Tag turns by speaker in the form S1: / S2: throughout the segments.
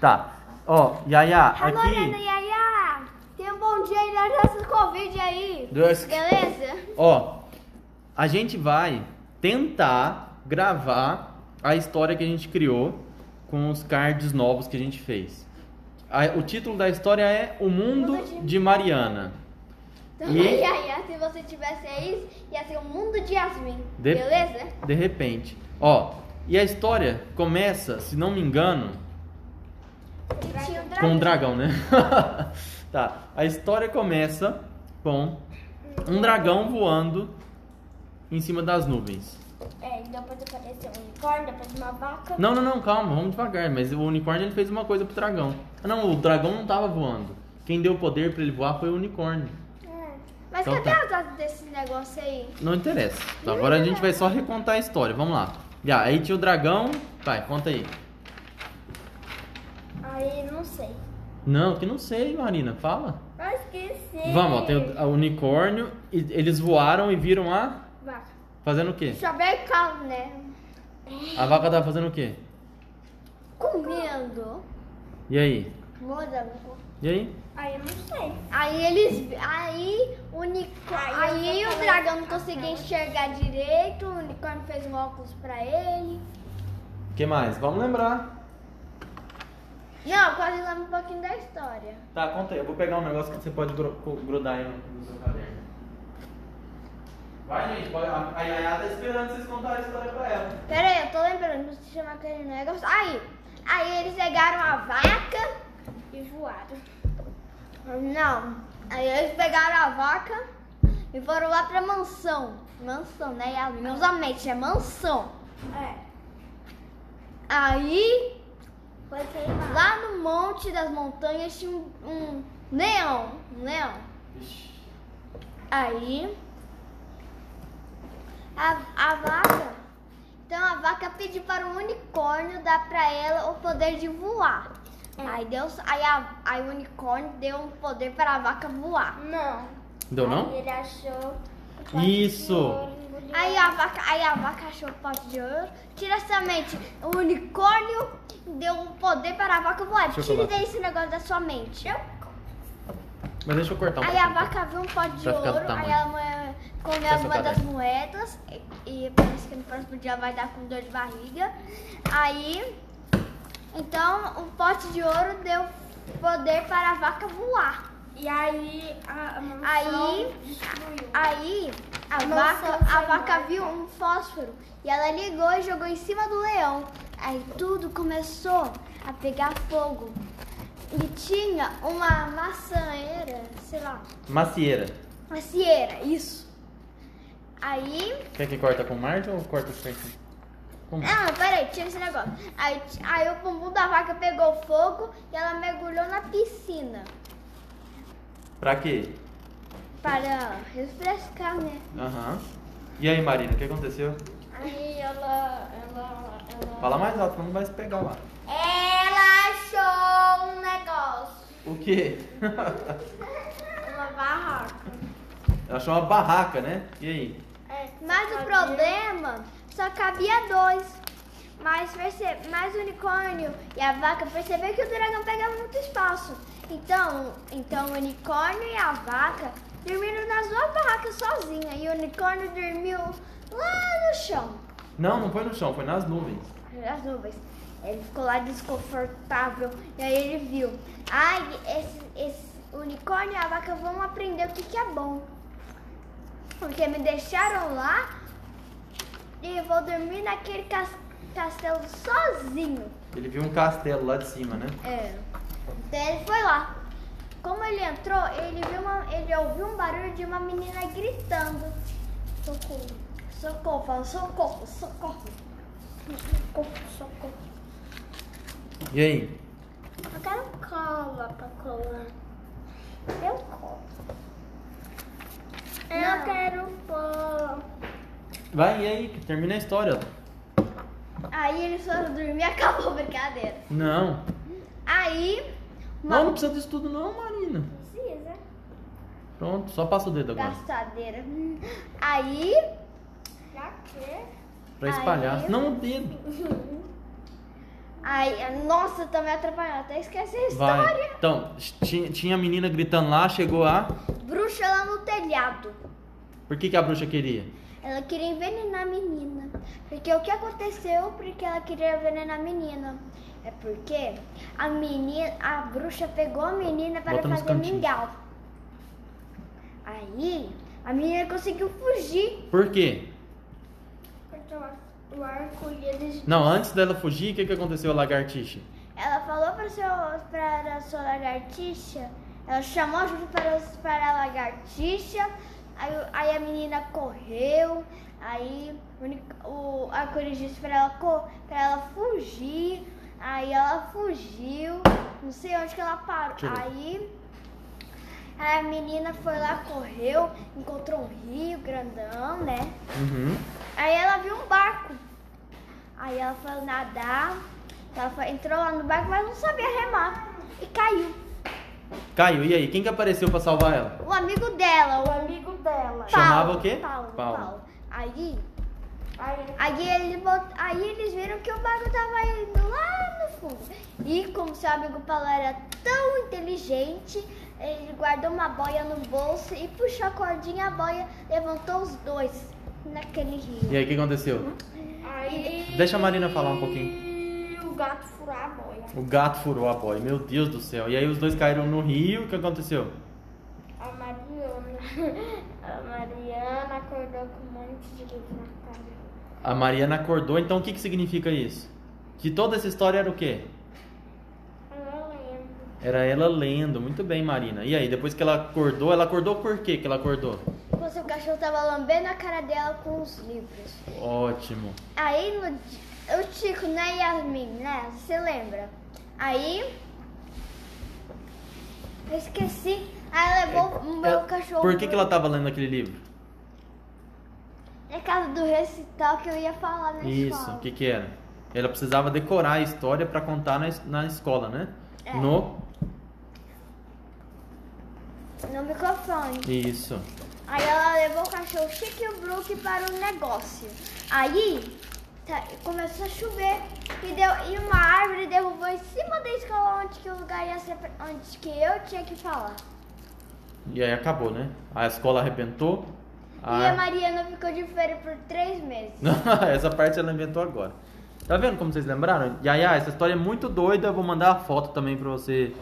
S1: tá. Ó, Yaya,
S2: Ramonada,
S1: aqui.
S2: Yaya, tenha um bom dia e nós nessa Covid aí.
S1: Dois.
S2: Beleza?
S1: Ó, a gente vai tentar gravar a história que a gente criou com os cards novos que a gente fez. A- o título da história é O Mundo de Mariana.
S2: Então,
S1: E-
S2: Yaya, se você tivesse aí, ia ser o mundo de Yasmin.
S1: De-
S2: Beleza?
S1: De repente. Ó, e a história começa, se não me engano,
S2: E tinha um
S1: com um
S2: dragão.
S1: dragão, né? tá. A história começa com um dragão voando em cima das nuvens.
S3: É, depois apareceu um unicórnio, depois uma vaca.
S1: Não, não, não, calma, vamos devagar. Mas o unicórnio ele fez uma coisa pro dragão. Ah, não, o dragão não tava voando. Quem deu o poder pra ele voar foi o unicórnio.
S2: Ah, Mas
S1: Então
S2: cadê
S1: tá.
S2: as asas desse negócio aí?
S1: Não interessa. Tá, agora a gente vai só recontar a história. Vamos lá. Já, aí tinha o dragão. Vai, conta aí.
S3: Aí não sei.
S1: Não, que não sei, Marina. Fala.
S3: Eu esqueci.
S1: Vamos, ó, tem o, o unicórnio. E, eles voaram e viram a.
S3: Vaca.
S1: Fazendo o quê?
S2: Só bem calmo, né?
S1: A vaca tava fazendo o quê?
S2: Comendo.
S1: E aí?
S2: Morango.
S1: E aí?
S3: Aí eu não sei.
S2: Aí eles. Aí o unicórnio.
S3: Aí
S2: Aí
S3: eu
S2: o
S3: falei-
S2: dragão não conseguia enxergar direito. O unicórnio fez um óculos pra ele.
S1: O que mais? Vamos lembrar.
S2: Não, quase lembra um pouquinho da história.
S1: Tá, conta aí. Eu vou pegar um negócio que você pode gru- grudar aí no, no seu caderno. Vai, gente. Pode, a, a Yaya tá esperando vocês contarem a história pra ela.
S2: Pera aí, eu tô lembrando, não se chama aquele negócio. Aí, aí eles pegaram a vaca e voaram. Não, aí eles pegaram a vaca e foram lá pra mansão. Mansão, né, Yasmin? Meus amigos, é mansão.
S3: É.
S2: Aí,
S3: Foi queimado.
S2: lá no monte das montanhas tinha um, um leão. Um leão.
S1: Ixi.
S2: Aí a, a vaca. Então a vaca pediu para o unicórnio dar para ela o poder de voar. Aí, deu, aí, a- aí o unicórnio deu um poder para a vaca voar.
S3: Não.
S1: Deu não?
S3: Aí ele achou. o pote
S1: Isso.
S3: de ouro, engoliu.
S2: Aí a vaca, aí a vaca achou o pote de ouro. Tira essa mente. O unicórnio deu um poder para a vaca voar. Tire
S1: Chocolate.
S2: daí esse negócio da sua mente.
S1: Mas deixa eu cortar um
S2: Aí a
S1: pouquinho.
S2: vaca viu um pote de
S1: Vai ficar do
S2: ouro, aí
S1: tamanho.
S2: ela moe- comeu
S1: Essa
S2: uma
S1: tá
S2: das
S1: bem.
S2: moedas e, e parece que no próximo dia vai dar com dor de barriga. Aí, então o pote de ouro deu poder para a vaca voar.
S3: E aí a, a mansão
S2: Aí-
S3: destruiu.
S2: Aí a
S3: Nossa,
S2: vaca, a
S3: foi
S2: vaca
S3: morta.
S2: viu um fósforo e ela ligou e jogou em cima do leão. Aí tudo começou a pegar fogo. E tinha uma maçãeira, sei lá,
S1: Macieira.
S2: macieira, Assim isso. Aí
S1: Quer que corta com Marte ou corta com aqui? Com Marte.
S2: Ah, peraí, tira esse negócio. Aí, ti- aí o bumbum da vaca pegou fogo e ela mergulhou na piscina
S1: Pra quê?
S2: para refrescar, né?
S1: Aham. E aí, Marina, o que aconteceu?
S3: Aí ela. Ela. Ela.
S1: Fala mais alto, não vai se pegar lá.
S3: Ela achou um negócio.
S1: O quê?
S3: Uma barraca.
S1: Achou uma barraca, né? E aí?
S3: É,
S2: Mas o problema só cabia dois. Mas, perce... Mas o unicórnio e a vaca perceberam que o dragão pegava muito espaço. Então, então o unicórnio e a vaca dormiram na sua barraca sozinha. E o unicórnio dormiu lá no chão.
S1: Não, não foi no chão, foi nas nuvens.
S2: as nuvens. Ele ficou lá desconfortável. E aí ele viu. Ai, esse, esse unicórnio e a vaca vão aprender o que, que é bom. Porque me deixaram lá e eu vou dormir naquele cas- castelo sozinho.
S1: Ele viu um castelo lá de cima, né?
S2: É. Então ele foi lá. Como ele entrou, ele, viu uma- ele ouviu um barulho de uma menina gritando. Socorro. Socorro, fala, socorro, socorro. Socorro, socorro.
S1: E aí?
S3: Eu quero cola pra colar. Eu colo. Eu
S2: Não.
S3: quero pão.
S1: Vai, e aí? Termina a história. ó.
S2: Aí eles foram dormir e acabou a brincadeira.
S1: Não.
S2: Aí.
S1: Não, não precisa disso tudo não, Marina.
S3: Precisa.
S1: Pronto, só passa o dedo agora.
S2: Gastadeira. Hum. Aí.
S3: Pra quê?
S1: Pra espalhar.
S2: Aí.
S1: Não o dedo.
S2: Ai, nossa, também atrapalhou. Até esqueci a história.
S1: Vai. Então, tinha, tinha a menina gritando lá, chegou a.
S2: Bruxa lá no telhado.
S1: Por que, que a bruxa queria?
S2: Ela queria envenenar a menina. Porque o que aconteceu? Porque ela queria envenenar a menina. É porque a menina, a bruxa pegou a menina para
S1: Bota nos
S2: fazer
S1: cantinhos.
S2: mingau. Aí, a menina conseguiu fugir.
S1: Por quê?
S3: Cortou o arco e eles.
S1: Não, antes dela fugir, o que, que aconteceu, a lagartixa?
S2: Ela falou para seu, para a sua lagartixa. Ela chamou ajuda para, os- para a lagartixa. Aí, o- aí a menina correu. Aí o, uni- o, a Corinne disse para ela, co- para ela fugir. Aí ela fugiu. Não sei onde que ela parou.
S1: Deixa eu ver.
S2: Aí a menina foi lá, correu, encontrou um rio grandão, né?
S1: Uhum.
S2: Aí ela viu um barco. Aí ela foi nadar. Ela foi- entrou lá no barco, mas não sabia remar. E caiu.
S1: Caiu, e aí? Quem que apareceu pra salvar ela?
S2: O amigo dela, o
S3: O
S2: amigo
S3: amigo dela.
S1: Chama- Chamava
S2: Paulo,
S1: o quê?
S2: Paulo,
S1: Paulo.
S2: Paulo. Aí,
S3: Aí
S2: aí, ele bot- aí eles viram que o barco tava indo lá no fundo. E como seu amigo Paulo era tão inteligente, ele guardou uma boia no bolso e puxou a cordinha, a boia levantou os dois naquele rio.
S1: E aí, o que aconteceu?
S3: Aí.
S1: Deixa a Marina falar um pouquinho.
S3: E o gato furou a boia.
S1: O gato furou a boia, meu Deus do céu. E aí, os dois caíram no rio, o que aconteceu?
S3: A Mariana. A Mariana acordou com um monte de livro na cara.
S1: A Mariana acordou, então o que, que significa isso? Que toda essa história era o quê?
S3: Eu não lembro.
S1: Era ela lendo. Muito bem, Marina. E aí, depois que ela acordou, ela acordou por quê que ela acordou?
S2: Porque o cachorro tava lambendo a cara dela com os livros.
S1: Ótimo.
S2: Aí no, di- o Chico, né, e a Yasmin, né? Você lembra? Aí. Eu esqueci. Aí levou o meu
S1: Ela-
S2: cachorro.
S1: É, Por que, que ela tá- tava lendo aquele livro?
S2: É causa do recital que eu ia falar na
S1: Isso,
S2: escola.
S1: o que que era? Ela precisava decorar a história pra contar na, es- na escola, né?
S2: É.
S1: No.
S2: No microfone.
S1: Isso.
S2: Aí ela levou o cachorro Chico e o Brook para o negócio. Aí tá- começou a chover e, deu, e uma árvore derrubou em cima da escola onde que o lugar ia ser, pra- onde que eu tinha que falar.
S1: E aí acabou, né? A escola arrebentou.
S2: E a
S1: A...
S2: Mariana ficou de férias por três meses.
S1: essa parte ela inventou agora. Tá vendo como vocês lembraram? Yaya, essa história é muito doida. Eu vou mandar a foto também pra você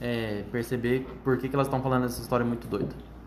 S1: é, perceber por que, que elas estão falando essa história muito doida.